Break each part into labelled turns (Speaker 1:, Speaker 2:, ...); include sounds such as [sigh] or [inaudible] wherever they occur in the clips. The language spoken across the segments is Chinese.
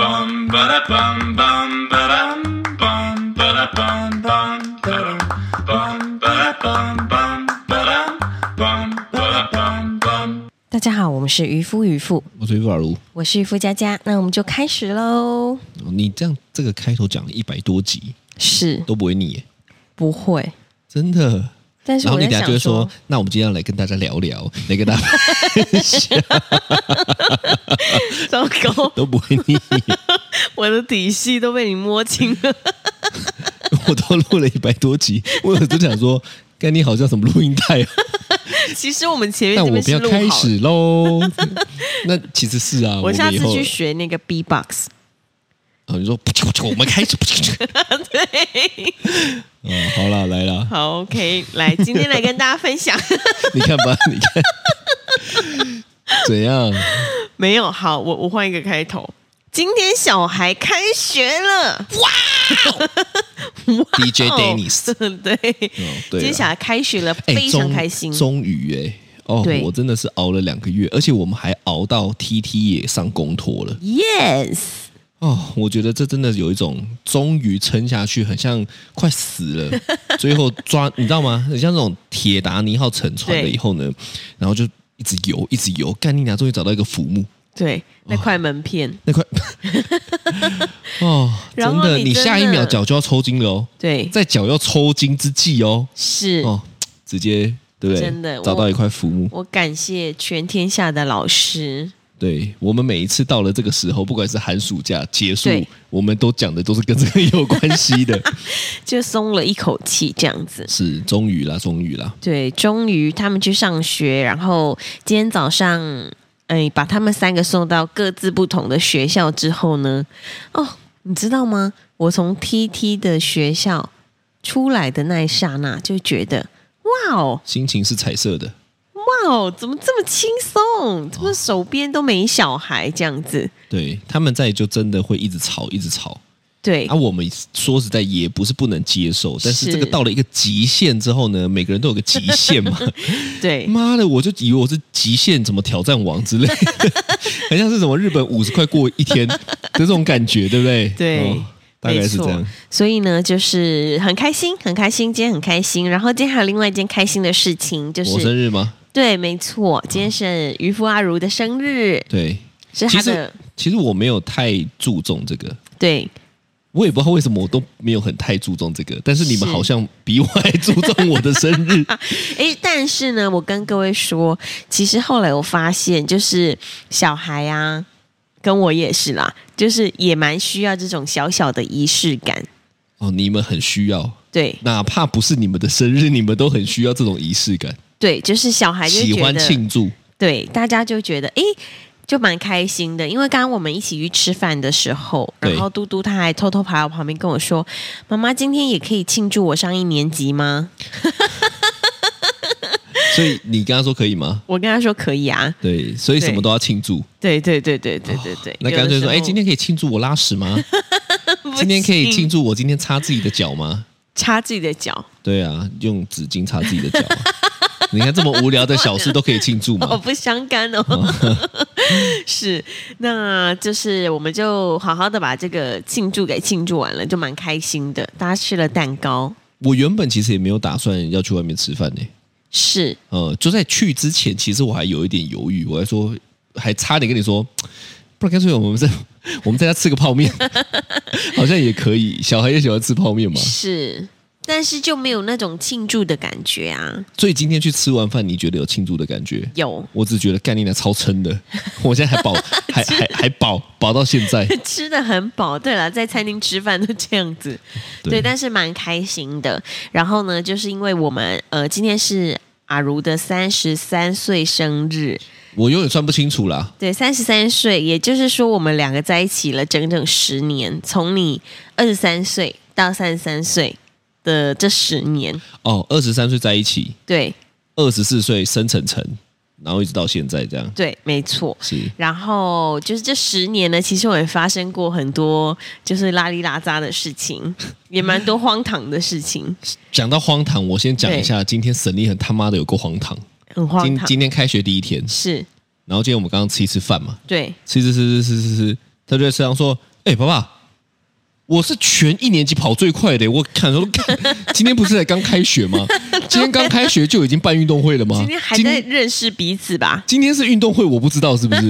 Speaker 1: bum ba da bum bum ba dum bum ba da bum bum ba dum bum ba da bum bum ba dum bum ba da bum bum.
Speaker 2: 大家好，我们是渔夫渔妇，
Speaker 3: 我是鱼耳如。
Speaker 2: 我是渔夫佳佳，那我们就开始喽。
Speaker 3: 你这样这个开头讲了一百多集
Speaker 2: 是
Speaker 3: 都不会腻耶，
Speaker 2: 不会，
Speaker 3: 真的。
Speaker 2: 但是
Speaker 3: 然后
Speaker 2: 我
Speaker 3: 你
Speaker 2: 在
Speaker 3: 等下
Speaker 2: 想
Speaker 3: 就会说，那我们今天要来跟大家聊聊， [laughs] 来跟大家
Speaker 2: 糟糕，
Speaker 3: 都不会腻， [laughs]
Speaker 2: 我的底细都被你摸清 [laughs] 了。
Speaker 3: 我都录了一百多集，我有时想说，干你好像什么录音
Speaker 2: [laughs]
Speaker 3: 带、啊，
Speaker 2: 其实我们前面
Speaker 3: 但
Speaker 2: 这边
Speaker 3: 我不
Speaker 2: 是
Speaker 3: 要
Speaker 2: 录
Speaker 3: 开
Speaker 2: 好的，
Speaker 3: 始喽。那其实是啊，我
Speaker 2: [laughs] 我下
Speaker 3: 们以
Speaker 2: 次
Speaker 3: 后
Speaker 2: 去学那个 B box。
Speaker 3: 啊，你说 [laughs] 噗啾噗啾我们开始，噗啾噗啾
Speaker 2: [laughs] 对，
Speaker 3: [laughs] 哦，好啦，来啦，
Speaker 2: 好，OK，来，今天来跟大家分享。
Speaker 3: 你看吧，你看 [laughs] 怎
Speaker 2: [laughs]
Speaker 3: 样？
Speaker 2: [laughs] 没有，好，我我换一个开头。今天小孩开学了，
Speaker 3: DJ Dennis
Speaker 2: 哦 [laughs] 对，
Speaker 3: 对
Speaker 2: 今天
Speaker 3: 啦
Speaker 2: 小孩开学了，
Speaker 3: 哎
Speaker 2: 非常开心。
Speaker 3: 终终于哎、哦
Speaker 2: 对，
Speaker 3: 我真的是熬了两个月，而且我们还熬到 TT 也上公托了
Speaker 2: Yes，
Speaker 3: 哦。我觉得这真的有一种终于撑下去，很像快死了，
Speaker 2: [laughs]
Speaker 3: 最后抓你知道吗？很像那种铁达尼号沉船了
Speaker 2: 对
Speaker 3: 以后呢，然后就一直游，一直游，干你俩终于找到一个浮木。
Speaker 2: 对，
Speaker 3: 哦
Speaker 2: 那块门片，
Speaker 3: 那块哦，真
Speaker 2: 然后
Speaker 3: 的，
Speaker 2: 你
Speaker 3: 你
Speaker 2: 真
Speaker 3: 下一秒
Speaker 2: 的
Speaker 3: 脚就要抽筋了哦，
Speaker 2: 对，
Speaker 3: 在脚要抽筋之际哦，
Speaker 2: 是、
Speaker 3: 哦，直接对不对？
Speaker 2: 真的
Speaker 3: 找到
Speaker 2: 我
Speaker 3: 一块浮木，
Speaker 2: 我感谢全天下的老师，
Speaker 3: 对我们每一次到了这个时候，不管是寒暑假结束
Speaker 2: 对，
Speaker 3: 我们都讲的都是跟这个有关系
Speaker 2: [laughs]
Speaker 3: 的。
Speaker 2: 就松了一口气，这样子。
Speaker 3: 是，终于啦，终于啦，
Speaker 2: 对，终于他们去上学，然后今天早上，哎，把他们三个送到各自不同的学校之后呢，哦，你知道吗？我从 TT 的学校出来的那一刹那，就觉得哇哦，
Speaker 3: 心情是彩色的。
Speaker 2: 哇哦，怎么这么轻松？怎么手边都没小孩这样子？
Speaker 3: 对他们在就真的会一直吵，一直吵。
Speaker 2: 对
Speaker 3: 啊，，我们说实在也不是不能接受，但是
Speaker 2: 是
Speaker 3: 这个到了一个极限之后呢，每个人都有个极限嘛。
Speaker 2: [laughs] 对，
Speaker 3: 妈的，我就以为我是极限怎么挑战王之
Speaker 2: [laughs]
Speaker 3: 类的，很像是什么日本五十块过一天的这种感觉，对不对？
Speaker 2: 对
Speaker 3: 哦大概是这
Speaker 2: 没
Speaker 3: 样
Speaker 2: 错。所以呢，就是很开心，很开心，今天很开心。然后今天还有另外一件开心的事情，就
Speaker 3: 我生
Speaker 2: 是
Speaker 3: 日吗？
Speaker 2: 对，没错，今天是渔夫阿如的生日，
Speaker 3: 对，
Speaker 2: 是
Speaker 3: 其
Speaker 2: 他
Speaker 3: 实
Speaker 2: 的
Speaker 3: 其实我没有太注重这个，
Speaker 2: 对
Speaker 3: 我也不知道为什么我都没有很太注重这个，但是你们
Speaker 2: 是
Speaker 3: 好像比我还注重我的生
Speaker 2: [laughs]
Speaker 3: 日。
Speaker 2: 诶，但是呢，我跟各位说，其实后来我发现，就是小孩啊，跟我也是啦，就是也蛮需要这种小小的仪式感。
Speaker 3: 哦，你们很需要，
Speaker 2: 对
Speaker 3: 哪怕不是你们的生日，你们都很需要这种仪式感，
Speaker 2: 对，就是小孩就会
Speaker 3: 喜
Speaker 2: 觉
Speaker 3: 欢
Speaker 2: 得
Speaker 3: 庆祝。
Speaker 2: 对，大家就觉得诶，就蛮开心的，因为刚刚我们一起去吃饭的时候，
Speaker 3: 对
Speaker 2: 然后嘟嘟他还偷偷跑到我旁边跟我说：“妈妈，今天也可以庆祝我上一年级吗
Speaker 3: 所以你刚刚说可以吗？”？
Speaker 2: 我跟他说：“可以啊。
Speaker 3: 对，所以什么都要庆祝。”
Speaker 2: 对对对对对对对。
Speaker 3: 那
Speaker 2: 有的
Speaker 3: 干脆
Speaker 2: 时
Speaker 3: 说，哎，
Speaker 2: 候
Speaker 3: 今天可以庆祝我拉屎吗？今天可以
Speaker 2: [laughs]
Speaker 3: 庆
Speaker 2: 不行
Speaker 3: 祝我今天擦自己的脚吗？
Speaker 2: 插自己的脚，
Speaker 3: 对啊，用纸巾擦自己的脚
Speaker 2: [laughs]
Speaker 3: 啊。你看这么无聊的小事都可以庆祝
Speaker 2: 我
Speaker 3: 吗？
Speaker 2: 哦不相干哦。 [laughs] 是，那就是我们就好好的把这个庆祝给庆祝完了，就蛮开心的。大家吃了蛋糕，
Speaker 3: 我原本其实也没有打算要去外面吃饭呢、
Speaker 2: 是
Speaker 3: 呃，就在去之前，其实我还有一点犹豫，我还说，还差点跟你说，不然干脆我们在我们在家吃个泡面， [laughs] 好像也可以。小孩也喜欢吃泡面嘛，
Speaker 2: 是，但是就没有那种庆祝的感觉啊。
Speaker 3: 所以今天去吃完饭，你觉得有庆祝的感觉？
Speaker 2: 有
Speaker 3: 我只觉得干你俩超撑的， [laughs] 我现在还饱，还还还饱饱到现在。
Speaker 2: [laughs] 吃的很饱，对了，在餐厅吃饭都这样子，对，但是蛮开心的。然后呢，就是因为我们呃，今天是阿如的三十三岁生日，
Speaker 3: 我永远算不清楚啦。
Speaker 2: 对，三十三岁，也就是说我们两个在一起了整整十年，从你二十三岁到三十三岁的这十年，
Speaker 3: 哦，二十三岁在一起，
Speaker 2: 对
Speaker 3: 二十四岁生晨晨，然后一直到现在这样，
Speaker 2: 对，没错。
Speaker 3: 是
Speaker 2: 然后就是这十年呢，其实我也发生过很多就是拉里拉杂的事情，也蛮多荒唐的事
Speaker 3: [laughs]
Speaker 2: 情，
Speaker 3: 讲到荒唐，我先讲一下，今天沈丽很他妈的有够荒唐。
Speaker 2: 很荒
Speaker 3: 今
Speaker 2: 唐。
Speaker 3: 今天开学第一天，
Speaker 2: 是，
Speaker 3: 然后今天我们刚刚吃一次饭嘛，
Speaker 2: 对，
Speaker 3: 吃吃吃吃吃吃吃，他就在车上说：“哎、爸爸，我是全一年级跑最快的。我看说， [laughs] 看今天不是才刚开
Speaker 2: [laughs]
Speaker 3: 学吗？今天刚开学就已经办运动会了吗？
Speaker 2: 今天还在认识彼此吧？
Speaker 3: 今天是运动会，我不知道是不是？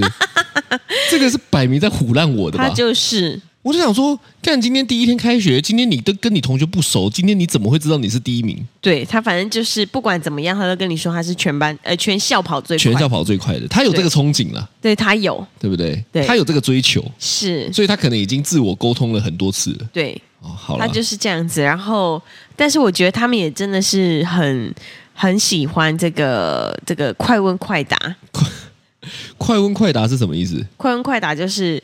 Speaker 2: [laughs]
Speaker 3: 这个是摆明在唬烂我的
Speaker 2: 他
Speaker 3: 吧？
Speaker 2: 就是
Speaker 3: 我就想说，看今天第一天开学，今天你都跟你同学不熟，今天你怎么会知道你是第一名？
Speaker 2: 对他，反正就是不管怎么样，他都跟你说他是全班呃全校跑最快，
Speaker 3: 全校跑最快的，他有这个憧憬了，
Speaker 2: 对他有
Speaker 3: 对不对？
Speaker 2: 对
Speaker 3: 他有这个追求，
Speaker 2: 是，
Speaker 3: 所以他可能已经自我沟通了很多次了。
Speaker 2: 对
Speaker 3: 哦，好
Speaker 2: 他
Speaker 3: 了，
Speaker 2: 就是这样子。然后，但是我觉得他们也真的是很很喜欢这个这个快问快答，
Speaker 3: 快问快答是什么意思？
Speaker 2: 快问快答就是。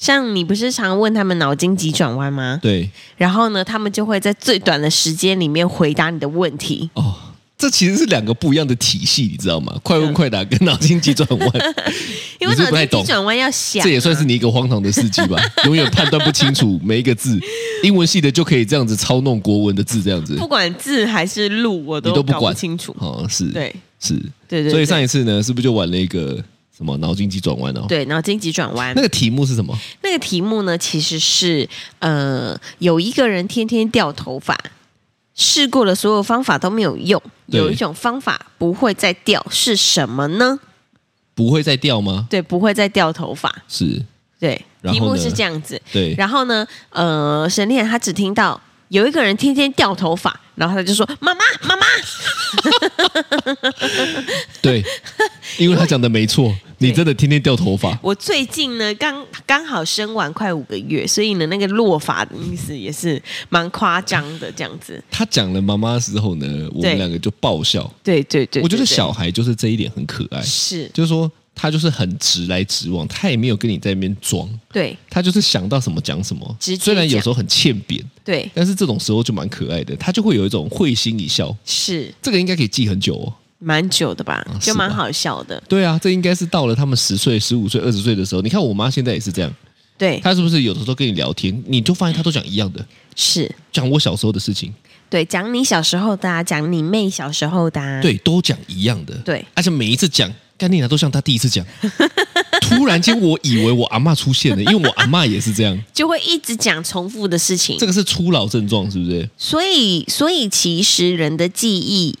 Speaker 2: 像你不是常问他们脑筋急转弯吗？
Speaker 3: 对，
Speaker 2: 然后呢，他们就会在最短的时间里面回答你的问题。
Speaker 3: 哦，这其实是两个不一样的体系，你知道
Speaker 2: 啊
Speaker 3: 吗？快问快答跟脑筋急转
Speaker 2: [laughs]
Speaker 3: 弯，
Speaker 2: 因为
Speaker 3: 你是
Speaker 2: 脑
Speaker 3: 不太
Speaker 2: 筋急
Speaker 3: 懂
Speaker 2: 转弯要想啊、
Speaker 3: 这也算是你一个荒唐的事迹吧？ [laughs] 永远判断不清楚每一个字，英文系的就可以这样子操弄国文的字，这样子
Speaker 2: 不管字还是路，我
Speaker 3: 你
Speaker 2: 都
Speaker 3: 都不
Speaker 2: 搞
Speaker 3: 管
Speaker 2: 清楚。
Speaker 3: 哦，是，
Speaker 2: 对
Speaker 3: 是，
Speaker 2: 对对，
Speaker 3: 所以上
Speaker 2: 对
Speaker 3: 一次呢，是不是就玩了一个什么脑筋急转弯哦？，
Speaker 2: 对脑筋急转弯
Speaker 3: 那个题目是什么？
Speaker 2: 那个题目呢，其实是呃，有一个人天天掉头发，试过了所有方法都没有用，
Speaker 3: 对
Speaker 2: 有一种方法不会再掉，是什么呢？
Speaker 3: 不会再掉吗？
Speaker 2: 对，不会再掉头发。
Speaker 3: 是，
Speaker 2: 对，
Speaker 3: 然
Speaker 2: 题
Speaker 3: 后呢
Speaker 2: 目是这样子。
Speaker 3: 对，
Speaker 2: 然后呢，呃，沈炼他只听到有一个人天天掉头发，然后他就说：“妈妈，妈妈。 [laughs]
Speaker 3: 对，因为他讲的没错，你
Speaker 2: 对
Speaker 3: 真的天天掉头发”，
Speaker 2: 我最近呢，刚刚好生完快五个月，所以呢，那个落发的意思也是蛮夸张的，这样子。
Speaker 3: 他讲了妈妈之后呢，我
Speaker 2: 对
Speaker 3: 们两个就爆笑。
Speaker 2: 对对对，
Speaker 3: 我觉得
Speaker 2: 对对
Speaker 3: 小孩就是这一点很可爱，
Speaker 2: 是
Speaker 3: 就是说他就是很直来直往，他也没有跟你在那边装，
Speaker 2: 对
Speaker 3: 他就是想到什么讲什么
Speaker 2: 直。接
Speaker 3: 虽然有时候很欠扁，
Speaker 2: 对
Speaker 3: 但是这种时候就蛮可爱的，他就会有一种会心一笑。
Speaker 2: 是
Speaker 3: 这个应该可以记很久哦。
Speaker 2: 蛮久的吧，
Speaker 3: 啊
Speaker 2: 就是蛮
Speaker 3: 吧
Speaker 2: 好笑的。
Speaker 3: 对啊，这应该是到了他们十岁、十五岁、二十岁的时候。你看我妈现在也是这样，
Speaker 2: 对，
Speaker 3: 她是不是有的时候跟你聊天，你就发现她都讲一样的，
Speaker 2: 是
Speaker 3: 讲我小时候的事情，
Speaker 2: 对，讲你小时候的、啊，讲你妹小时候的、啊，
Speaker 3: 对，都讲一样的，
Speaker 2: 对
Speaker 3: 而且每一次讲，干你俩都像她第一
Speaker 2: [laughs]
Speaker 3: 次讲。突然间，我以为我阿嬷出现了，因为我阿嬷也是
Speaker 2: [laughs]
Speaker 3: 这样。
Speaker 2: 就会一直讲重复的事情。
Speaker 3: 这个是初老症状，是不是？
Speaker 2: 所以，所以其实人的记忆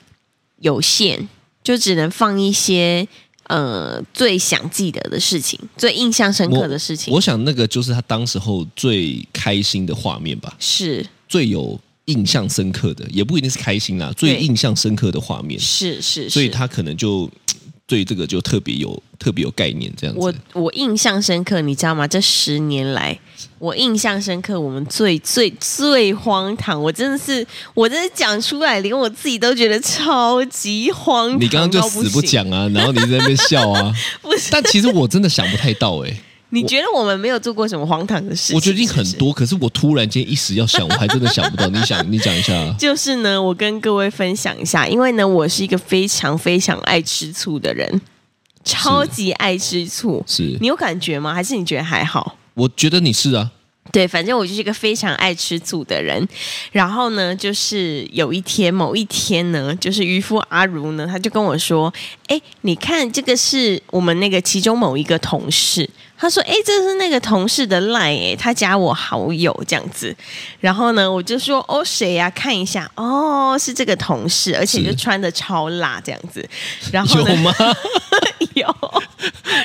Speaker 2: 有限，就只能放一些呃最想记得的事情，最印象深刻的事情。
Speaker 3: 我。我想那个就是他当时候最开心的画面吧，
Speaker 2: 是
Speaker 3: 最有印象深刻的，也不一定是开心啦，最印象深刻的画面，
Speaker 2: 是是，
Speaker 3: 所以
Speaker 2: 是
Speaker 3: 他可能就嘖对这个就特别有特别有概念，这样
Speaker 2: 我
Speaker 3: 子。
Speaker 2: 我印象深刻，你知道吗？这十年来，我印象深刻，我们最最最荒唐，我真的是，我真的讲出来，连我自己都觉得超级荒唐。
Speaker 3: 你刚刚就死
Speaker 2: 不
Speaker 3: 不
Speaker 2: 行，
Speaker 3: 讲啊，然后你在那边笑啊，
Speaker 2: [laughs] 不是？
Speaker 3: 但其实我真的想不太到哎、
Speaker 2: 你觉得我们没有做过什么荒唐的事情？
Speaker 3: 我觉得已经很
Speaker 2: 是不是
Speaker 3: 多，可是我突然间一时要想，我还真的想不
Speaker 2: [laughs]
Speaker 3: 到。你想，你讲一下啊，
Speaker 2: 就是呢，我跟各位分享一下，因为呢，我是一个非常非常爱吃醋的人，超级爱吃醋。[laughs]
Speaker 3: 是
Speaker 2: 你，有感觉吗？还是你觉得还好？
Speaker 3: 我觉得你是啊，
Speaker 2: 对，反正我就是一个非常爱吃醋的人。然后呢，就是有一天，某一天呢，就是渔夫阿如呢，他就跟我说：“哎，你看这个是我们那个其中某一个同事。”他说：“哎，这是那个同事的 line，哎，他加我好友这样子。”然后呢，我就说：“哦，谁呀、看一下，哦，是这个同事，而且
Speaker 3: 是
Speaker 2: 就穿的超辣这样子。”然后
Speaker 3: 有
Speaker 2: 呢，
Speaker 3: 吗？
Speaker 2: [laughs]
Speaker 3: [laughs]
Speaker 2: 有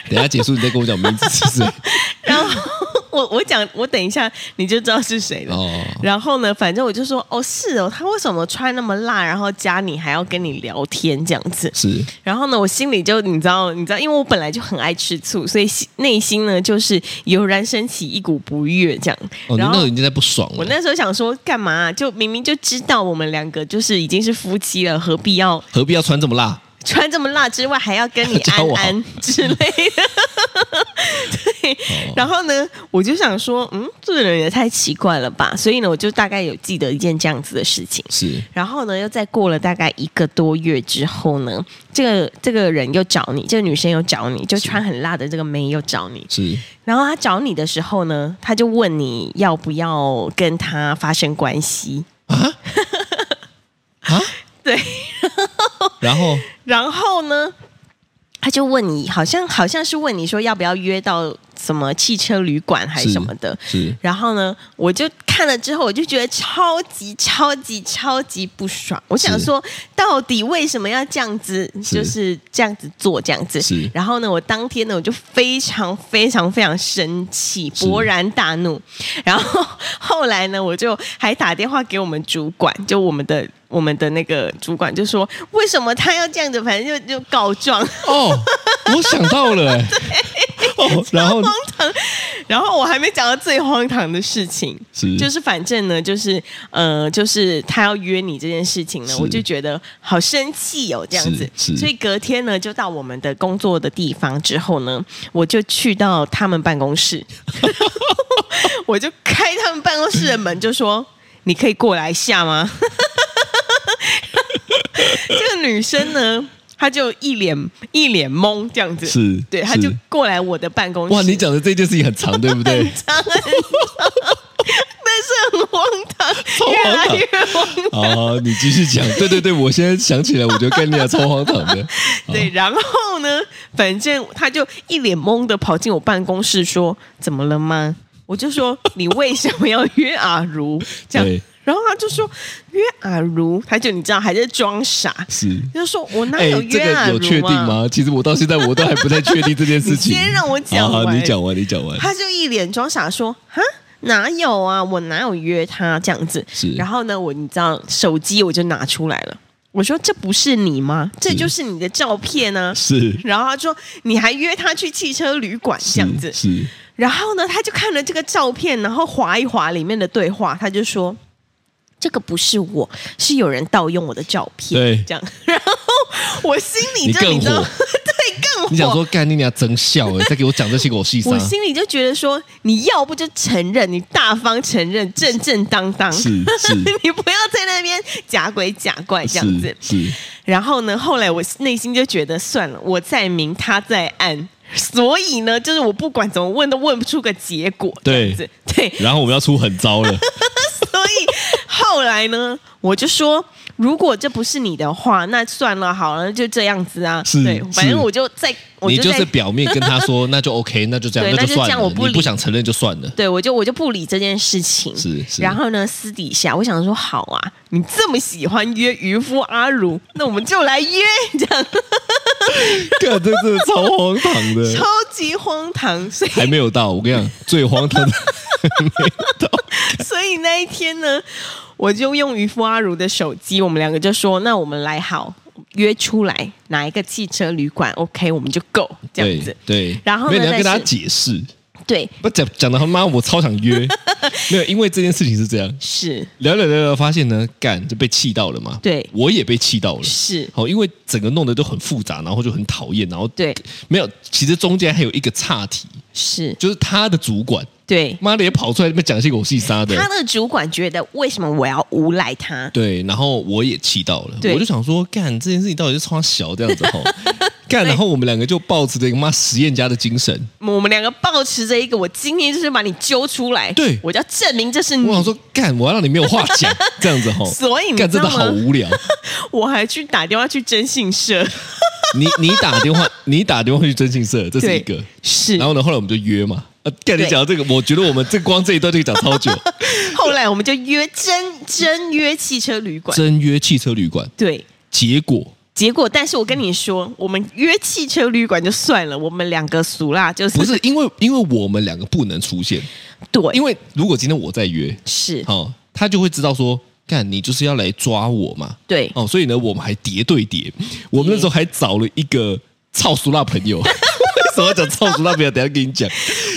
Speaker 3: 等一下结束你再跟我讲名字是
Speaker 2: [laughs]
Speaker 3: 谁
Speaker 2: 然后我我讲，我等一下你就知道是谁了。
Speaker 3: 哦。
Speaker 2: 然后呢，反正我就说，哦，是哦，他为什么穿那么辣，然后加你还要跟你聊天这样子？
Speaker 3: 是
Speaker 2: 然后呢，我心里就你知道，你知道，因为我本来就很爱吃醋，所以心内心呢就是油然升起一股不悦这样。
Speaker 3: 哦，你
Speaker 2: 然
Speaker 3: 那时
Speaker 2: 后
Speaker 3: 候已经在不爽了。
Speaker 2: 我那时候想说，干嘛啊、就明明就知道我们两个就是已经是夫妻了，何必要
Speaker 3: 何必要穿这么辣？
Speaker 2: 穿这么辣之外，还要跟你
Speaker 3: [laughs] 教
Speaker 2: 安
Speaker 3: 我
Speaker 2: 安之类的。
Speaker 3: [laughs]
Speaker 2: 对，
Speaker 3: 哦
Speaker 2: 然后呢，我就想说，嗯，这个人也太奇怪了吧。所以呢，我就大概有记得一件这样子的事情。
Speaker 3: 是
Speaker 2: 然后呢，又再过了大概一个多月之后呢，这个这个人又找你，这个女生又找你，就穿很辣的这个妹又找你。
Speaker 3: 是
Speaker 2: 然后她找你的时候呢，她就问你要不要跟她发生关系。
Speaker 3: 啊，
Speaker 2: [laughs] 对，
Speaker 3: 然后
Speaker 2: [laughs] 然后呢，他就问你，好像好像是问你说要不要约到什么汽车旅馆还是什么的。
Speaker 3: 是
Speaker 2: 然后呢，我就看了之后，我就觉得超级超级超级不爽。我想
Speaker 3: 是
Speaker 2: 说，到底为什么要这样子，
Speaker 3: 是
Speaker 2: 就是这样子做这样子
Speaker 3: 是？
Speaker 2: 然后呢，我当天呢，我就非常非常非常生气，
Speaker 3: 是
Speaker 2: 勃然大怒。然后后来呢，我就还打电话给我们主管，就我们的。我们的那个主管就说：“为什么他要这样子？反正就就告状。”
Speaker 3: 哦，我想到了、欸，哦，然后
Speaker 2: 荒唐。然后我还没讲到最荒唐的事情，
Speaker 3: 是
Speaker 2: 就是反正呢，就是呃，就是他要约你这件事情呢，
Speaker 3: 是
Speaker 2: 我就觉得好生气哦，这样子。
Speaker 3: 是是
Speaker 2: 所以隔天呢，就到我们的工作的地方之后呢，我就去到他们办公
Speaker 3: [laughs]
Speaker 2: 室，我就开他们办公室的门，就说：“你可以过来一下吗？” [laughs] 这个女生呢，她就一脸一脸懵这样子，
Speaker 3: 是
Speaker 2: 对，她
Speaker 3: 是
Speaker 2: 就过来我的办公室。
Speaker 3: 哇，你讲的这件事情很长，对不对？
Speaker 2: 长很长，但是很荒唐，
Speaker 3: 超
Speaker 2: 越
Speaker 3: 荒
Speaker 2: 来
Speaker 3: 唐
Speaker 2: 越荒
Speaker 3: [laughs]
Speaker 2: 唐。
Speaker 3: 啊，你继续讲。对对对，我现在想起来，我觉得干你啊超荒唐的。
Speaker 2: 对，然后呢，反正他就一脸懵的跑进我办公室说：“怎么了吗？”我就说：“你为什么要约阿如？”这
Speaker 3: 对
Speaker 2: 样，然后他就说：“约阿如。”他就你知道还在装傻，
Speaker 3: 是，
Speaker 2: 就说：“我哪
Speaker 3: 哎、
Speaker 2: 有
Speaker 3: 这
Speaker 2: 约阿
Speaker 3: 个
Speaker 2: 如
Speaker 3: 有确定
Speaker 2: 啊？”
Speaker 3: 吗？其实我到现在我都还不太确定这件事情。
Speaker 2: [laughs] 你先让我讲
Speaker 3: 好好
Speaker 2: 完
Speaker 3: 你讲完，你讲完。
Speaker 2: 他就一脸装傻说：“哈，哪有啊，我哪有约他这样子
Speaker 3: 是？”
Speaker 2: 然后呢，我你知道手机我就拿出来了，我说：“这不是你吗？这
Speaker 3: 是
Speaker 2: 就是你的照片呢、
Speaker 3: 是
Speaker 2: 然后他说：“你还约他去汽车旅馆这样子。
Speaker 3: 是是”
Speaker 2: 然后呢，他就看了这个照片，然后划一划里面的对话，他就说：“这个不是我，是有人盗用我的照片。”
Speaker 3: 对
Speaker 2: 这样。 [laughs] 然后我心里
Speaker 3: 你
Speaker 2: 就
Speaker 3: 更
Speaker 2: 你知道，[laughs]
Speaker 3: 火
Speaker 2: 对，更火。
Speaker 3: 你想说干你俩真笑哎、再给我讲这些狗屁啥
Speaker 2: 我？心里就觉得说，你要不就承认，你大方承认，正正当当，
Speaker 3: 是是
Speaker 2: 你不要在那边假鬼假怪 [laughs] 这样子
Speaker 3: 是。是，
Speaker 2: 然后呢，后来我内心就觉得算了，我在明，他在暗，所以呢，就是我不管怎么问都问不出个结果，
Speaker 3: 对
Speaker 2: 这样子， [laughs] 对，
Speaker 3: 然后我们要出狠招了，
Speaker 2: 所以后来呢，我就说。如果这不是你的话，那算了，好了，就这样子啊。
Speaker 3: 是
Speaker 2: 对，反
Speaker 3: 是
Speaker 2: 正我就在， [laughs] 我
Speaker 3: 你
Speaker 2: 就
Speaker 3: 就
Speaker 2: 在
Speaker 3: 是表面跟他说，那就 OK，那就这样，
Speaker 2: 对
Speaker 3: 那
Speaker 2: 那就
Speaker 3: 算
Speaker 2: 这样
Speaker 3: 了，
Speaker 2: 我不
Speaker 3: 你
Speaker 2: 理
Speaker 3: 不想承认就算
Speaker 2: [laughs]
Speaker 3: 了，
Speaker 2: 对，我就我就不理这件事情。
Speaker 3: 是是
Speaker 2: 然后呢，私底下我想说，好啊，你这么喜欢约渔夫阿如，那我们就来约，这样
Speaker 3: 干这真的超荒唐的，
Speaker 2: 超级荒唐。所
Speaker 3: 还
Speaker 2: 以 [laughs]
Speaker 3: 没有到，我跟你讲，最荒唐的
Speaker 2: 所以那一天呢，我就用渔夫阿如的手机，我们两个就说，那我们来好约出来哪一个汽车旅馆，OK，我们就 go [laughs] 这样子
Speaker 3: 对。对，
Speaker 2: 然后呢
Speaker 3: 没有你要跟
Speaker 2: 但
Speaker 3: 他
Speaker 2: 是
Speaker 3: 解释，
Speaker 2: 对，
Speaker 3: 不讲讲的他妈我超想
Speaker 2: [laughs]
Speaker 3: 约，没有，因为这件事情是这样，
Speaker 2: 是
Speaker 3: 聊聊聊聊发现呢，干就被气到了嘛，
Speaker 2: 对
Speaker 3: 我也被气到了。
Speaker 2: 是，
Speaker 3: 好，因为整个弄得都很复杂，然后就很讨厌，然后
Speaker 2: 对
Speaker 3: 没有，其实中间还有一个岔题，
Speaker 2: 是，
Speaker 3: 就是他的主管，
Speaker 2: 对。
Speaker 3: 妈的也跑出来那边讲一些狗屁沙的，
Speaker 2: 他的主管觉得，为什么我要诬赖他？
Speaker 3: 对，然后我也气到了，
Speaker 2: 对
Speaker 3: 我就想说，干这件事情到底是冲他小这样子哈，
Speaker 2: [laughs]
Speaker 3: 干，然后我们两个就抱持着一个妈实验家的精神，
Speaker 2: 我们两个抱持着一个，我今天就是把你揪出来，
Speaker 3: 对
Speaker 2: 我就要证明这是你。
Speaker 3: 我想说，干，我要让你没有话讲这样子哈，
Speaker 2: 嗯 [laughs] 所以你
Speaker 3: 干
Speaker 2: 知
Speaker 3: 真的
Speaker 2: 道
Speaker 3: 好
Speaker 2: 吗？
Speaker 3: 无聊，
Speaker 2: 我还去打电话去征信社，
Speaker 3: 你你打电话，你打电话去征信社，这是一
Speaker 2: 对，
Speaker 3: 个，
Speaker 2: 是。
Speaker 3: 然后呢，后来我们就约嘛。呃，干你
Speaker 2: 对
Speaker 3: 讲到这个，我觉得我们这光这一段就可以讲
Speaker 2: [laughs]
Speaker 3: 超久。
Speaker 2: 后来我们就约真真约汽车旅馆，
Speaker 3: 真约汽车旅馆，
Speaker 2: 对。
Speaker 3: 结果
Speaker 2: 结果，但是我跟你说，我们约汽车旅馆就算了，我们两个俗辣就是
Speaker 3: 不是因为因为我们两个不能出现，
Speaker 2: 对，
Speaker 3: 因为如果今天我在约，
Speaker 2: 是
Speaker 3: 哦，他就会知道说，干你就是要来抓我嘛，
Speaker 2: 对
Speaker 3: 哦，所以呢，我们还叠对叠，我们那时候还找了一个超俗
Speaker 2: [laughs]
Speaker 3: 辣朋友，为什么要讲超俗辣朋友？等一下跟你讲，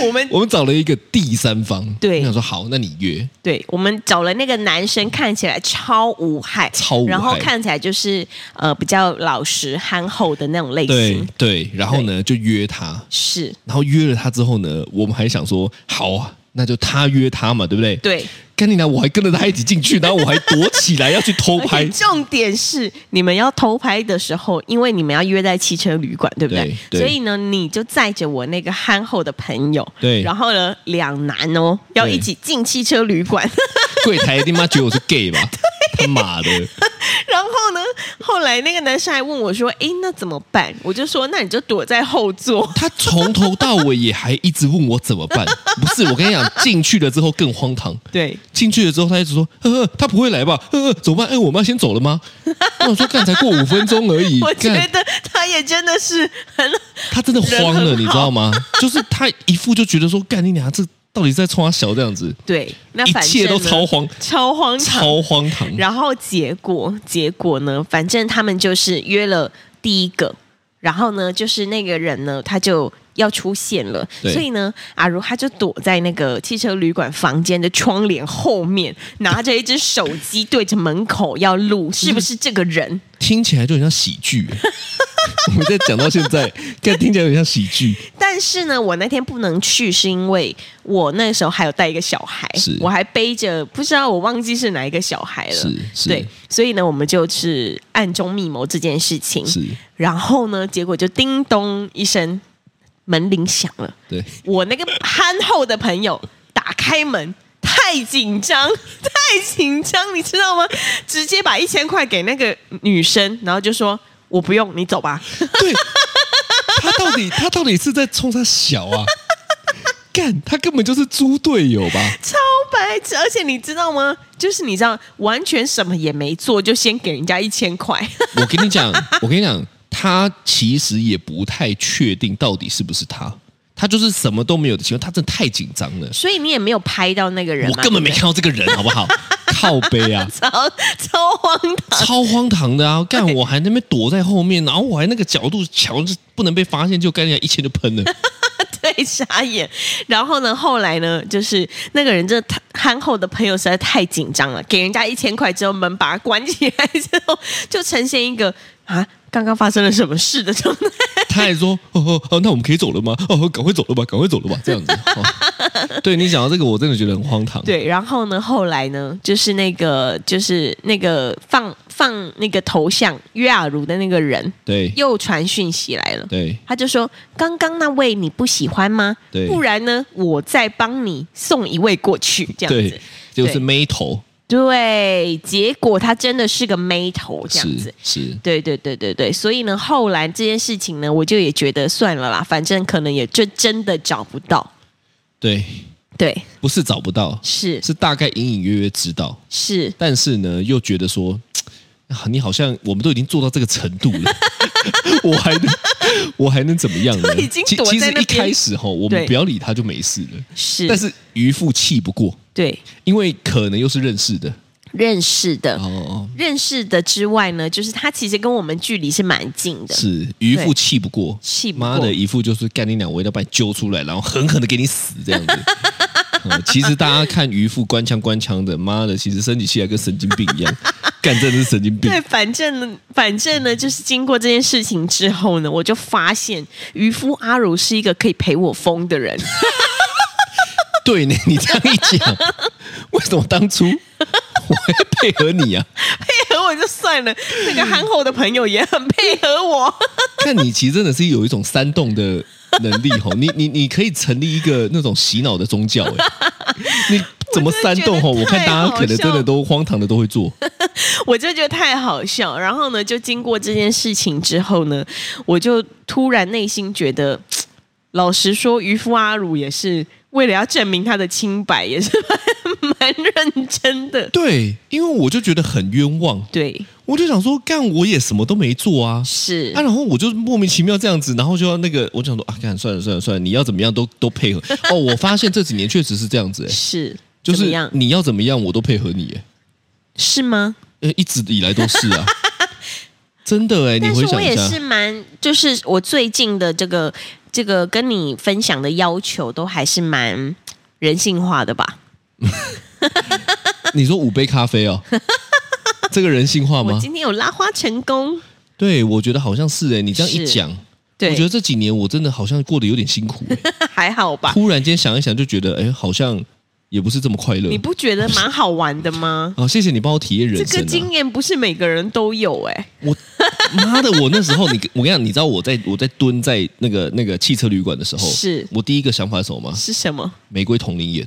Speaker 2: 我们
Speaker 3: 我们找了一个第三方，
Speaker 2: 对
Speaker 3: 我想说好，那你约，
Speaker 2: 对，我们找了那个男生，看起来超无害，
Speaker 3: 超无害
Speaker 2: 然后看起来就是呃比较老实憨厚的那种类
Speaker 3: 对
Speaker 2: 型，
Speaker 3: 对，然后呢就约他，
Speaker 2: 是
Speaker 3: 然后约了他之后呢，我们还想说好啊，那就他约他嘛，对不对？
Speaker 2: 对。
Speaker 3: 干你娘！我还跟着他一起进去，然后我还躲起来要去偷
Speaker 2: 而 [laughs]
Speaker 3: 拍
Speaker 2: 且，重点是，你们要偷拍的时候，因为你们要约在汽车旅馆，对不对？
Speaker 3: 对对
Speaker 2: 所以呢，你就载着我那个憨厚的朋友，
Speaker 3: 对
Speaker 2: 然后呢，两男哦，要
Speaker 3: 对
Speaker 2: 一起进汽车旅馆，
Speaker 3: 柜台他妈觉得我是 gay 吧？他妈的，
Speaker 2: [laughs] 然后呢，后来那个男生还问我说：“诶，那怎么办？”我就说：“那你就躲在后座。
Speaker 3: 他从头到尾也还一直问我怎么办。不是，我跟你讲，进去了之后更荒唐。”
Speaker 2: 对，
Speaker 3: 进去了之后，他一直说：“呵呵，他不会来吧？呵呵，怎么办？哎，我们要先走了吗？”我说：“干，才过五分钟而已。
Speaker 2: [laughs] [laughs] 我觉
Speaker 3: 干
Speaker 2: 得他也真的是很
Speaker 3: 他真的慌
Speaker 2: 人很
Speaker 3: 了，
Speaker 2: 好
Speaker 3: 你知道吗？就是他一副就觉得说：“干你俩这到底在冲他小这样子，
Speaker 2: 对，那
Speaker 3: 一
Speaker 2: 反
Speaker 3: 切
Speaker 2: 正
Speaker 3: 都
Speaker 2: 呢
Speaker 3: 超荒，
Speaker 2: 超荒唐，
Speaker 3: [laughs] 超荒唐。”
Speaker 2: 然后结果结果呢，反正他们就是约了第一个，然后呢，就是那个人呢，他就要出现了，
Speaker 3: 对
Speaker 2: 所以呢，阿如他就躲在那个汽车旅馆房间的窗帘后面，拿着一只手机对着门口要录，是不是这个人？
Speaker 3: 听起来就很像喜
Speaker 2: [laughs]
Speaker 3: 剧、欸。我们在讲到现在，看听起来有点像
Speaker 2: [laughs]
Speaker 3: 喜剧，
Speaker 2: 但是呢，我那天不能去，是因为我那时候还有带一个小孩
Speaker 3: 是，
Speaker 2: 我还背着不知道我忘记是哪一个小孩了
Speaker 3: 是，是
Speaker 2: 对，所以呢，我们就是暗中密谋这件事情，
Speaker 3: 是
Speaker 2: 然后呢，结果就叮咚一声，门铃响了。
Speaker 3: 对。
Speaker 2: 我那个憨厚的朋友打开门，太紧张，太紧张，你知道吗？直接把一千块给那个女生，然后就说：“我不用，你走吧。
Speaker 3: 对，他到底他到底是在冲他小啊？干，他根本就是猪队友
Speaker 2: [laughs]
Speaker 3: 吧”？
Speaker 2: 超白痴！而且你知道吗？就是你知道，完全什么也没做，就先给人家一千块。 [laughs]
Speaker 3: 我跟你讲，我跟你讲，他其实也不太确定到底是不是他，他就是什么都没有的情况，他真的太紧张了。
Speaker 2: 所以你也没有拍到那个人
Speaker 3: 我
Speaker 2: 嘛，
Speaker 3: 根本没
Speaker 2: 对不
Speaker 3: 看到这个人，好
Speaker 2: [laughs]
Speaker 3: 不好？靠背啊，
Speaker 2: 对， [laughs] 超超荒唐。
Speaker 3: [laughs] 超荒唐的啊！干，我还那边躲在后面，然后我还那个角度瞧，就是不能被发现，就干人家一千就喷了。
Speaker 2: 对，傻眼。然后呢，后来呢，就是那个人这憨厚的朋友实在太紧张了，给人家一千块之后，门把它关起来之后，就呈现一个啊，刚刚发生了什么事的状态。
Speaker 3: 他还说：“ [laughs] 哦哦哦，那我们可以走了吗？哦，赶快走了吧，赶快走
Speaker 2: [laughs]
Speaker 3: 了吧。”这样子。哦、对你讲到这个，我真的觉得很
Speaker 2: [laughs]
Speaker 3: 荒唐。，
Speaker 2: [laughs] 对，然后呢，后来呢，就是那个就是那个放放那个头像约雅茹的那个人
Speaker 3: 对
Speaker 2: 又传讯息来了。
Speaker 3: 对
Speaker 2: 他就说：“刚刚那位你不喜欢吗？
Speaker 3: 对
Speaker 2: 不然呢，我再帮你送一位过去，这样子
Speaker 3: 对。，就是
Speaker 2: 对
Speaker 3: 妹头，
Speaker 2: 对，结果他真的是个妹头这样
Speaker 3: 是
Speaker 2: 子。
Speaker 3: 是，
Speaker 2: 对对对对对，所以呢，后来这件事情呢，我就也觉得算了啦，反正可能也就真的找不到。
Speaker 3: 对，
Speaker 2: 对，
Speaker 3: 不是找不到，
Speaker 2: 是
Speaker 3: 是大概隐隐约约知道，
Speaker 2: 是，
Speaker 3: 但是呢，又觉得说，啊，你好像我们都已经做到这个程度了， [laughs] 我还能我还能怎么样呢？
Speaker 2: 都已经
Speaker 3: 其
Speaker 2: 躲在
Speaker 3: 其实
Speaker 2: 那
Speaker 3: 一
Speaker 2: 边
Speaker 3: 开始哈，我们
Speaker 2: 对
Speaker 3: 不要理他就没事了，
Speaker 2: 是
Speaker 3: 但是渔夫气不过，
Speaker 2: 对
Speaker 3: 因为可能又是认识的，
Speaker 2: 认识的、
Speaker 3: 哦哦。
Speaker 2: 认识的之外呢，就是他其实跟我们距离是蛮近的。
Speaker 3: 是渔夫
Speaker 2: 对
Speaker 3: 气不过，
Speaker 2: 气不过
Speaker 3: 妈的，一副就是干你俩，我一定要把你揪出来，然后狠狠的给你死这样
Speaker 2: [laughs]
Speaker 3: 子。嗯其实大家看渔夫官腔官腔的，妈的，其实生起气来跟神经病一样，干真的是神经病
Speaker 2: 对，。反正呢，反正呢，就是经过这件事情之后呢，我就发现渔夫阿如是一个可以陪我疯的
Speaker 3: [laughs]
Speaker 2: 人。
Speaker 3: 对呢，你这样一讲，为什么当初我会配合你啊？
Speaker 2: 配合我就算了，那个憨厚的朋友也很配合我。 [laughs]
Speaker 3: 看你其实真的是有一种煽动的能力吼，你你你可以成立一个那种洗脑的宗教哎、你怎么煽动吼？
Speaker 2: 我
Speaker 3: 我
Speaker 2: 真的觉得
Speaker 3: 看大家可能真的都荒唐的都会做。
Speaker 2: 我就觉得太好笑。然后呢，就经过这件事情之后呢，我就突然内心觉得，老实说，渔夫阿鲁也是为了要证明他的清白，也是蛮蛮认真的。
Speaker 3: 对，因为我就觉得很冤枉，
Speaker 2: 对，
Speaker 3: 我就想说，干我也什么都没做啊。
Speaker 2: 是
Speaker 3: 啊，然后我就莫名其妙这样子，然后就要那个，我就想说啊，干算了算了算了，你要怎么样都都配合。哦，我发现这几年确实是这样子、哎，
Speaker 2: 是，
Speaker 3: 就
Speaker 2: 怎么
Speaker 3: 是
Speaker 2: 样？
Speaker 3: 你要怎么样我都配合你、哎。
Speaker 2: 是吗？
Speaker 3: 呃，一直以来都是啊，真的哎，你
Speaker 2: 但
Speaker 3: 回
Speaker 2: 是我
Speaker 3: 想一
Speaker 2: 也
Speaker 3: 下，
Speaker 2: 是蛮，就是我最近的这个这个跟你分享的要求，都还是蛮人性化的吧？
Speaker 3: 你说五杯咖啡哦，这个人性化
Speaker 2: 我
Speaker 3: 吗？
Speaker 2: 今天有拉花成功，
Speaker 3: 对，我觉得好像是哎，你这样一
Speaker 2: 是
Speaker 3: 讲，
Speaker 2: 对，
Speaker 3: 我觉得这几年我真的好像过得有点辛苦哎，
Speaker 2: 还好吧？
Speaker 3: 突然间想一想就觉得，哎，好像也不是这么快乐
Speaker 2: 你。不觉得蛮好玩的吗？
Speaker 3: 哦，谢谢你帮我体验
Speaker 2: 这
Speaker 3: [laughs] 人
Speaker 2: 个
Speaker 3: 生、
Speaker 2: 经
Speaker 3: 啊。
Speaker 2: 验不是每个人都有哎、
Speaker 3: 我妈的，我那时候你我跟你讲，你知道我在我在蹲在那个那个汽车旅馆的时候，
Speaker 2: 是
Speaker 3: 我第一个想法是什么吗？
Speaker 2: 是什么？
Speaker 3: 玫瑰同龄眼。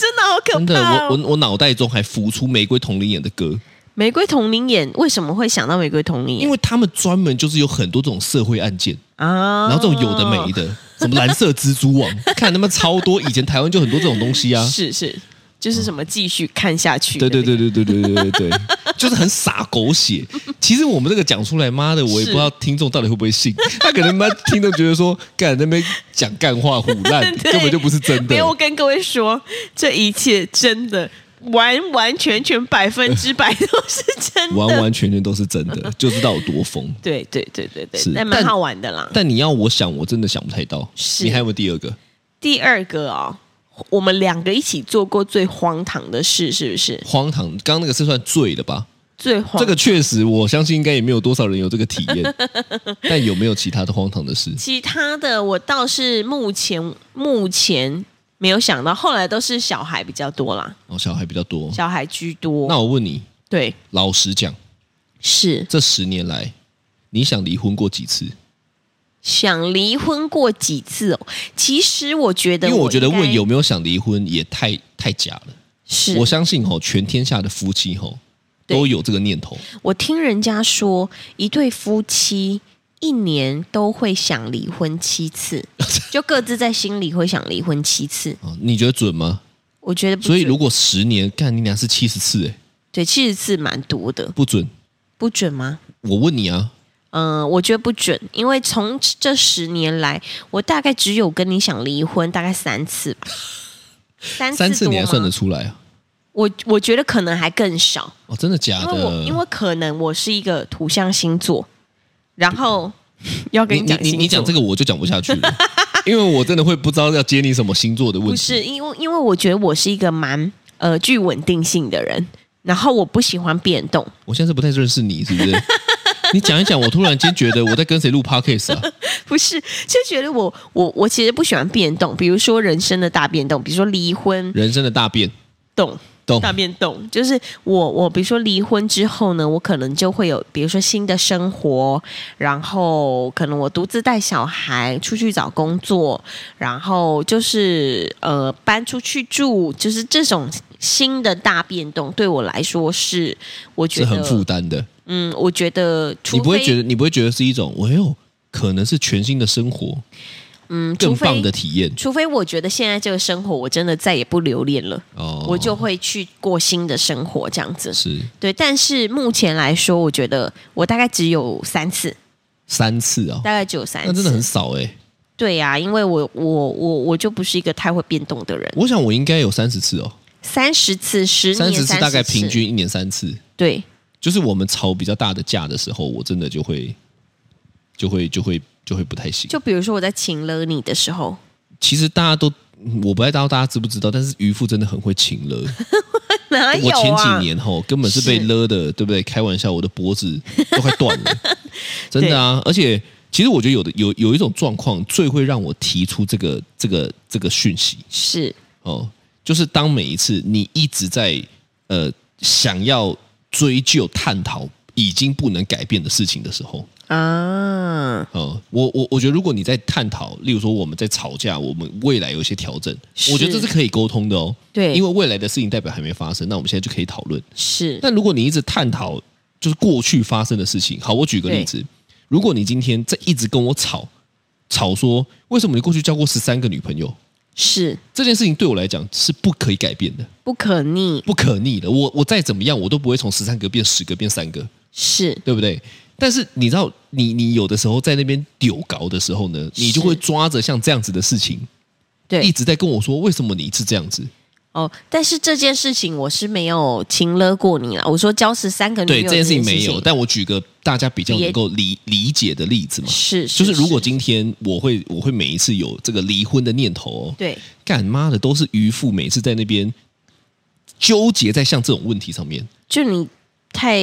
Speaker 2: 真的好可
Speaker 3: 真的，
Speaker 2: 怕、
Speaker 3: 我
Speaker 2: 哦！
Speaker 3: 我我脑袋中还浮出玫瑰同林演的歌，
Speaker 2: 玫瑰同龄眼为什么会想到玫瑰同龄眼？
Speaker 3: 因为他们专门就是有很多这种社会案件，
Speaker 2: 啊，
Speaker 3: 然后这种有的没的，什么蓝色蜘蛛网，看他们超多，以前台湾就很多这种东西啊。
Speaker 2: 是是，就是什么继续看下去、
Speaker 3: 对对对，对对对对对对，就是很傻狗血。其实我们这个讲出来，妈的，我
Speaker 2: 是
Speaker 3: 也不知道听众到底会不会信。他可能妈听众觉得说，干那边讲干话胡烂，
Speaker 2: 对
Speaker 3: 根本就不是真
Speaker 2: 没
Speaker 3: 的。
Speaker 2: 有我跟各位说，这一切真的完完全全百分之百都是真的，
Speaker 3: 完完全全都是真的，就知道有多疯。
Speaker 2: 对对对对对
Speaker 3: 是，
Speaker 2: 但蛮
Speaker 3: 但
Speaker 2: 好玩的啦。
Speaker 3: 但你要我想，我真的想不太到。
Speaker 2: 是
Speaker 3: 你还有没有第二个
Speaker 2: 第二个哦，我们两个一起做过最荒唐的事，是不是？
Speaker 3: 荒唐？刚刚那个是算醉的吧？
Speaker 2: 最荒
Speaker 3: 这个确实，我相信应该也没有多少人有这个体
Speaker 2: [laughs]
Speaker 3: 验。但有没有其他的荒唐的事？
Speaker 2: 其他的我倒是目前目前没有想到，后来都是小孩比较多啦，
Speaker 3: 哦，小孩比较多。
Speaker 2: 小孩居多。
Speaker 3: 那我问你，
Speaker 2: 对，
Speaker 3: 老实讲，
Speaker 2: 是
Speaker 3: 这十年来，你想离婚过几次？
Speaker 2: 想离婚过几次哦？其实我觉得
Speaker 3: 因为
Speaker 2: 我应该，
Speaker 3: 我觉得问有没有想离婚也太太假了。
Speaker 2: 是
Speaker 3: 我
Speaker 2: 我
Speaker 3: 相信吼，全天下的夫妻吼
Speaker 2: 对
Speaker 3: 都有这个念头。
Speaker 2: 我听人家说，一对夫妻一年都会想离婚七次，
Speaker 3: [laughs]
Speaker 2: 就各自在心里会想离婚七次。
Speaker 3: 啊，你觉得准吗？
Speaker 2: 我觉得不
Speaker 3: 所以
Speaker 2: 准
Speaker 3: 如果十年干你俩是七十次，哎，
Speaker 2: 对七十次蛮多的，
Speaker 3: 不准。
Speaker 2: 不准吗？
Speaker 3: 我问你啊，
Speaker 2: 嗯、我觉得不准，因为从这十年来，我大概只有跟你想离婚大概三次吧，三
Speaker 3: [laughs] 三次
Speaker 2: 多
Speaker 3: 你还
Speaker 2: 吗
Speaker 3: 算得出来啊？
Speaker 2: 我我觉得可能还更少，
Speaker 3: 哦，真的假
Speaker 2: 因为我
Speaker 3: 的？
Speaker 2: 因为可能我是一个土象星座，然后要跟
Speaker 3: 你
Speaker 2: 讲
Speaker 3: 你你你讲这
Speaker 2: 个
Speaker 3: 个我就讲不下去了，因为我真的会不知道要接你什么星座的问
Speaker 2: 不
Speaker 3: 题。
Speaker 2: 是因为因为我觉得我是一个蛮呃具稳定性的人，然后我不喜欢变动，
Speaker 3: 我现在是不太认识你，是
Speaker 2: [laughs]
Speaker 3: 不是？你讲一讲，我突然间觉得我在跟谁录 podcast
Speaker 2: [laughs]
Speaker 3: 啊？
Speaker 2: 不是就觉得我我我其实不喜欢变动，比如说人生的大变动，比如说离婚
Speaker 3: 人生的大变，
Speaker 2: 动。 [laughs]
Speaker 3: 懂？
Speaker 2: 大变动，就是我我比如说离婚之后呢，我可能就会有比如说新的生活，然后可能我独自带小孩出去找工作，然后就是呃搬出去住，就是这种新的大变动对我来说是我觉得
Speaker 3: 是很负担的。
Speaker 2: 嗯，我觉得除非
Speaker 3: 你不会觉得，你不会觉得是一种，哎呦，可能是全新的生活，
Speaker 2: 嗯
Speaker 3: 更棒。
Speaker 2: 除
Speaker 3: 的
Speaker 2: 非
Speaker 3: 体验
Speaker 2: 除非我觉得现在这个生活我真的再也不留恋了，
Speaker 3: 哦。
Speaker 2: 我就会去过新的生活这样子。
Speaker 3: 是
Speaker 2: 对，但是目前来说，我觉得我大概只有三次，
Speaker 3: 三次啊、哦，
Speaker 2: 大概只有三次。
Speaker 3: 哦那真的很少哎、
Speaker 2: 对呀、因为我我我我就不是一个太会变动的人。
Speaker 3: 我想我应该有三十次哦，
Speaker 2: 三十次，十年
Speaker 3: 三十次大概
Speaker 2: 30
Speaker 3: 平均一年三次，
Speaker 2: 对
Speaker 3: 就是我们吵比较大的架的时候，我真的就会就会就会就会不太行。
Speaker 2: 就比如说我在请了你的时候，
Speaker 3: 其实大家都，嗯我不太知道大家知不知道，但是渔夫真的很会情勒。
Speaker 2: 哪有
Speaker 3: 我前几
Speaker 2: 啊？
Speaker 3: 年吼，根本是被勒的，对不对？开玩笑，我的脖子都快断了，
Speaker 2: [laughs]
Speaker 3: 真的啊！而且，其实我觉得有的有有一种状况，最会让我提出这个这个这个讯息
Speaker 2: 是
Speaker 3: 哦，就是当每一次你一直在呃想要追究探讨已经不能改变的事情的时候，
Speaker 2: 啊，
Speaker 3: 呃，我我我觉得，如果你在探讨，例如说我们在吵架，我们未来有一些调整，
Speaker 2: 是
Speaker 3: 我觉得这是可以沟通的哦。
Speaker 2: 对
Speaker 3: 因为未来的事情代表还没发生，那我们现在就可以讨论。
Speaker 2: 是
Speaker 3: 但如果你一直探讨就是过去发生的事情，好，我举个例子，如果你今天在一直跟我吵吵说为什么你过去交过十三个女朋友，
Speaker 2: 是
Speaker 3: 这件事情对我来讲是不可以改变的，
Speaker 2: 不可逆，
Speaker 3: 不可逆的。我我再怎么样，我都不会从十三个变十个变三个。
Speaker 2: 是
Speaker 3: 对不对？但是你知道，你你有的时候在那边丢搞的时候呢，
Speaker 2: 是
Speaker 3: 你就会抓着像这样子的事情，一
Speaker 2: 对
Speaker 3: 直在跟我说为什么你是这样子？
Speaker 2: 哦。但是这件事情我是没有请了过你啦。我说交十三个女
Speaker 3: 对，
Speaker 2: 友
Speaker 3: 这件事
Speaker 2: 情
Speaker 3: 情没有。但我举个大家比较
Speaker 2: 别
Speaker 3: 能够理理解的例子嘛，
Speaker 2: 是
Speaker 3: 就是如果今天我会我会每一次有这个离婚的念头、哦，
Speaker 2: 对
Speaker 3: 干妈的都是渔夫，每次在那边纠结在像这种问题上面，
Speaker 2: 就你太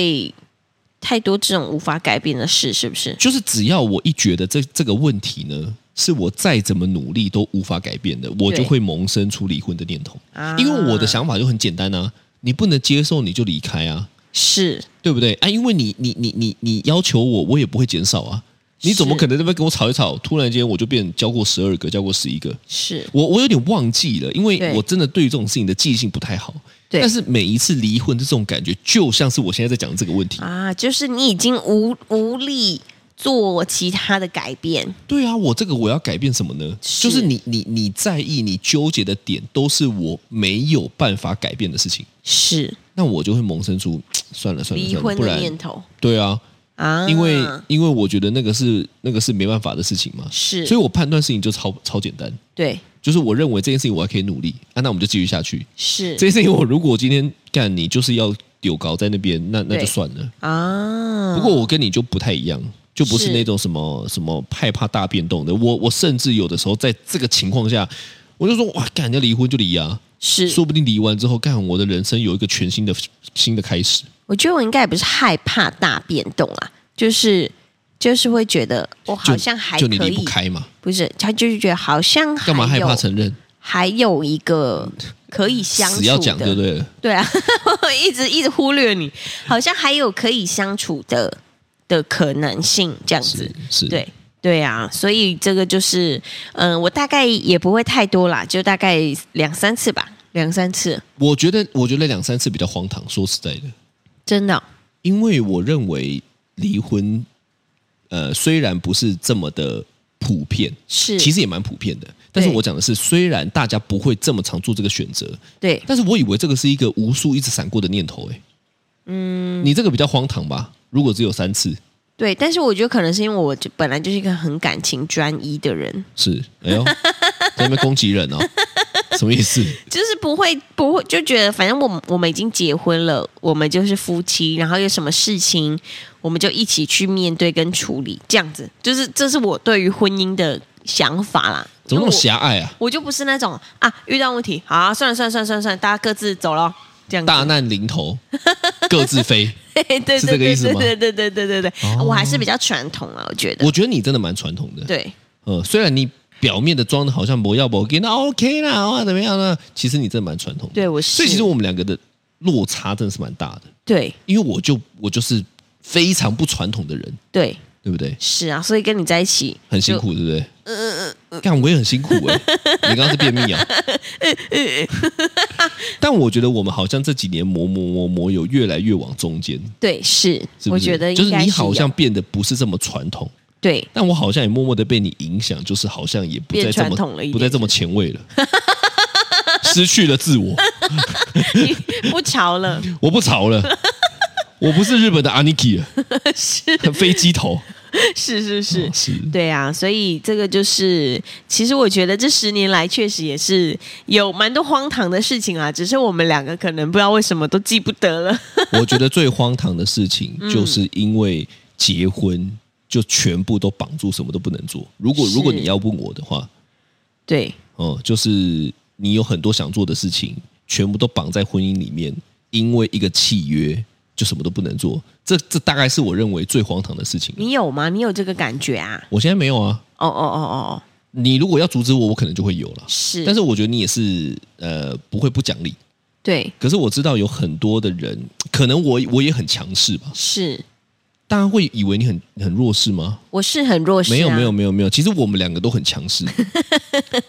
Speaker 2: 太多这种无法改变的事，是不是？
Speaker 3: 就是只要我一觉得这这个问题呢，是我再怎么努力都无法改变的，我就会萌生出离婚的念头。
Speaker 2: 啊
Speaker 3: 因为我的想法就很简单啊，你不能接受你就离开啊，
Speaker 2: 是
Speaker 3: 对不对？啊，因为你你你你你要求我，我也不会减少啊。你怎么
Speaker 2: 是
Speaker 3: 可能在那边跟我吵一吵，突然间我就变教过十二个，教过十一个？
Speaker 2: 是
Speaker 3: 我我有点忘记了，因为
Speaker 2: 对
Speaker 3: 我真的对于这种事情的记性不太好。
Speaker 2: 对
Speaker 3: 但是每一次离婚的这种感觉，就像是我现在在讲的这个问题。
Speaker 2: 啊，就是你已经无无力做其他的改变，
Speaker 3: 对啊，我这个我要改变什么呢？
Speaker 2: 是
Speaker 3: 就是你你你在意你纠结的点，都是我没有办法改变的事情，
Speaker 2: 是
Speaker 3: 那我就会萌生出算了算了
Speaker 2: 离
Speaker 3: 算了，
Speaker 2: 婚
Speaker 3: 不
Speaker 2: 的
Speaker 3: 然
Speaker 2: 念头
Speaker 3: 对啊，
Speaker 2: 啊，
Speaker 3: 因为、因为我觉得那个是那个是没办法的事情嘛，
Speaker 2: 是，
Speaker 3: 所以我判断事情就超超简单，
Speaker 2: 对
Speaker 3: 就是我认为这件事情我还可以努力，啊，那我们就继续下去。
Speaker 2: 是
Speaker 3: 这件事情我如果今天干你就是要丢高在那边，那那就
Speaker 2: 对
Speaker 3: 算了。
Speaker 2: 啊，
Speaker 3: 不过我跟你就不太一样，就不是
Speaker 2: 是
Speaker 3: 那种什么什么害怕大变动的。我我甚至有的时候在这个情况下，我就说哇，干要离婚就离啊，
Speaker 2: 是
Speaker 3: 说不定离完之后，干我的人生有一个全新的新的开始。
Speaker 2: 我觉得我应该也不是害怕大变动啊，就是就是会觉得我
Speaker 3: 就
Speaker 2: 好像还
Speaker 3: 就你
Speaker 2: 可
Speaker 3: 离不
Speaker 2: 以，
Speaker 3: 开嘛，
Speaker 2: 不是他就是觉得好像还
Speaker 3: 干嘛害怕
Speaker 2: 有
Speaker 3: 承认？
Speaker 2: 还有一个可以相处
Speaker 3: 死
Speaker 2: 的，
Speaker 3: 要讲就对了。
Speaker 2: 对啊， [laughs] 我一直一直忽略你，好像还有可以相处的的可能性这样子
Speaker 3: 是，是，
Speaker 2: 对。对啊，所以这个就是，嗯、我大概也不会太多啦，就大概两三次吧，两三次，
Speaker 3: 我觉得我觉得两三次比较荒唐，说实在的，
Speaker 2: 真的哦、
Speaker 3: 因为我认为离婚，呃，虽然不是这么的普遍，
Speaker 2: 是，
Speaker 3: 其实也蛮普遍的。但是我讲的是，虽然大家不会这么常做这个选择，
Speaker 2: 对，
Speaker 3: 但是我以为这个是一个无数一直闪过的念头、欸。嗯，你这个比较荒唐吧？如果只有三次，
Speaker 2: 对，但是我觉得可能是因为我就本来就是一个很感情专一的人，
Speaker 3: 是，哎呦， [laughs] 在那边攻击人哦，什么意思？
Speaker 2: 就是不会不会就觉得反正我们我们已经结婚了，我们就是夫妻，然后有什么事情我们就一起去面对跟处理，这样子，就是这是我对于婚姻的想法啦。
Speaker 3: 怎么那么
Speaker 2: 我
Speaker 3: 狭隘啊？
Speaker 2: 我就不是那种啊，遇到问题好、啊，算了算了算了算了算了，大家各自走了。这样子
Speaker 3: 大难临头，各自飞。
Speaker 2: 对对对
Speaker 3: 是这个意思吗
Speaker 2: 对对对对对对对，
Speaker 3: 哦
Speaker 2: 我还是比较传统啊，我觉得。
Speaker 3: 我觉得你真的蛮传统的。
Speaker 2: 对
Speaker 3: 呃，虽然你表面的装的好像不要不给，那 OK 啦，哇，怎么样呢？其实你真的蛮传统的。
Speaker 2: 对，我是。
Speaker 3: 所以其实我们两个的落差真的是蛮大的，
Speaker 2: 对
Speaker 3: 因为我就我就是非常不传统的人，
Speaker 2: 对
Speaker 3: 对不对？
Speaker 2: 是啊，所以跟你在一起
Speaker 3: 很辛
Speaker 2: 就
Speaker 3: 苦，对不对？嗯嗯嗯。干，我也很辛苦
Speaker 2: [laughs]
Speaker 3: 哎、你刚刚是便秘啊？
Speaker 2: 嗯
Speaker 3: [laughs] 但我觉得我们好像这几年磨磨磨磨，有越来越往中间，
Speaker 2: 对，是，
Speaker 3: 是不
Speaker 2: 我
Speaker 3: 是？
Speaker 2: 觉得
Speaker 3: 就
Speaker 2: 应
Speaker 3: 是
Speaker 2: 该
Speaker 3: 你
Speaker 2: 有
Speaker 3: 好像变得不是这么传统，
Speaker 2: 对
Speaker 3: 但我好像也默默的被你影响，就是好像也不再
Speaker 2: 变
Speaker 3: 这么
Speaker 2: 传统了一点
Speaker 3: 不再这么前卫了， [laughs] 失去了
Speaker 2: [laughs]
Speaker 3: 自我，
Speaker 2: 不潮
Speaker 3: [laughs]
Speaker 2: 了，
Speaker 3: 我不潮了，我不是日本的
Speaker 2: [laughs]
Speaker 3: Aniki 了，是飞机头，
Speaker 2: 是是是，
Speaker 3: 是
Speaker 2: 对啊，所以这个就是，其实我觉得这十年来确实也是有蛮多荒唐的事情啊，只是我们两个可能不知道为什么都记不得
Speaker 3: [laughs]
Speaker 2: 了，
Speaker 3: 我觉得最荒唐的事情，
Speaker 2: 嗯
Speaker 3: 就是因为结婚就全部都绑住，什么都不能做。如果
Speaker 2: 是
Speaker 3: 如果你要问我的话，
Speaker 2: 对
Speaker 3: 哦、就是你有很多想做的事情，全部都绑在婚姻里面，因为一个契约就什么都不能做。这这大概是我认为最荒唐的事情了。
Speaker 2: 你有吗？你有这个感觉啊？
Speaker 3: 我现在没有啊，
Speaker 2: 哦哦哦哦哦，
Speaker 3: 你如果要阻止我，我可能就会有了。
Speaker 2: 是，
Speaker 3: 但是我觉得你也是呃不会不讲理。
Speaker 2: 对
Speaker 3: 可是我知道有很多的人，可能我我也很强势吧，
Speaker 2: 是，
Speaker 3: 大家会以为你很很弱势吗？
Speaker 2: 我是很弱势、啊，
Speaker 3: 没有没有没有没有，其实我们两个都很
Speaker 2: [laughs]
Speaker 3: 强势，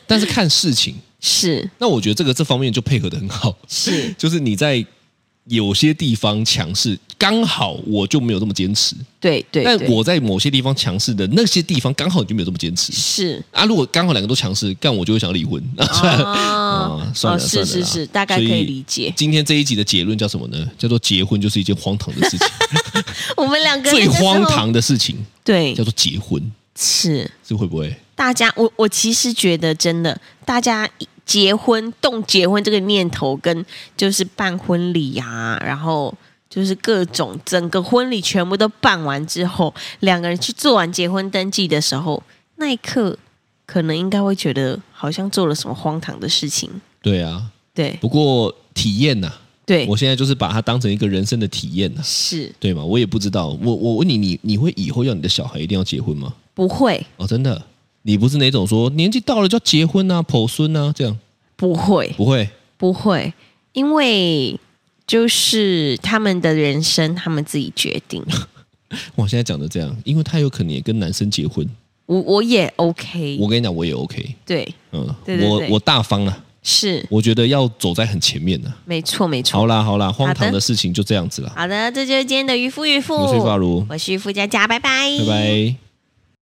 Speaker 3: 但是看事情。
Speaker 2: 是
Speaker 3: 那我觉得这个这方面就配合的很好，
Speaker 2: 是
Speaker 3: [laughs] 就是你在有些地方强势，刚好我就没有这么坚持；
Speaker 2: 对对，
Speaker 3: 但
Speaker 2: 对
Speaker 3: 我在某些地方强势的那些地方，刚好你就没有这么坚持。 [laughs]
Speaker 2: 是
Speaker 3: 啊，如果刚好两个都强势，干我就会想离婚。
Speaker 2: 哦
Speaker 3: 啊 [laughs] 算了
Speaker 2: 是
Speaker 3: 算了
Speaker 2: 是
Speaker 3: 啦
Speaker 2: 是，大概可
Speaker 3: 所以
Speaker 2: 以理解。
Speaker 3: 今天这一集的结论叫什么呢？叫做结婚就是一件荒唐的事
Speaker 2: [laughs]
Speaker 3: 情，
Speaker 2: 我们两个
Speaker 3: 最
Speaker 2: 那个时候
Speaker 3: 荒，唐的事情
Speaker 2: 对
Speaker 3: 叫，做结婚，
Speaker 2: 是。
Speaker 3: 是会不会？
Speaker 2: 大家，我我其实觉得真的，大家结婚动结婚这个念头，跟就是办婚礼呀、然后就是各种整个婚礼啊全部都办完之后，两个人去做完结婚登记的时候，那一刻可能应该会觉得好像做了什么荒唐的事情，
Speaker 3: 对啊，
Speaker 2: 对
Speaker 3: 不过体验啊呐、
Speaker 2: 对
Speaker 3: 我现在就是把它当成一个人生的体验呐、
Speaker 2: 是
Speaker 3: 对吗？我也不知道。我我问你，你你会以后要你的小孩一定要结婚吗？
Speaker 2: 不会
Speaker 3: 哦，真的，你不是那种说年纪到了就要结婚啊、剖孙啊这样，
Speaker 2: 不会
Speaker 3: 不会？
Speaker 2: 不会，因为就是他们的人生他们自己决定，
Speaker 3: 我现在讲的这样，因为他有可能也跟男生结婚。
Speaker 2: 我我也 OK，
Speaker 3: 我跟你讲，我也 OK。
Speaker 2: 对，
Speaker 3: 嗯，
Speaker 2: 对对对
Speaker 3: 我我大方了、
Speaker 2: 是
Speaker 3: 我觉得要走在很前面的、啊
Speaker 2: 没错没错。
Speaker 3: 好啦好啦，荒
Speaker 2: 好
Speaker 3: 唐
Speaker 2: 的
Speaker 3: 的事情就这样子啦。
Speaker 2: 好的，这就是今天的渔夫渔妇，
Speaker 3: 我是发如，
Speaker 2: 我是渔夫佳佳，拜拜，
Speaker 3: 拜拜。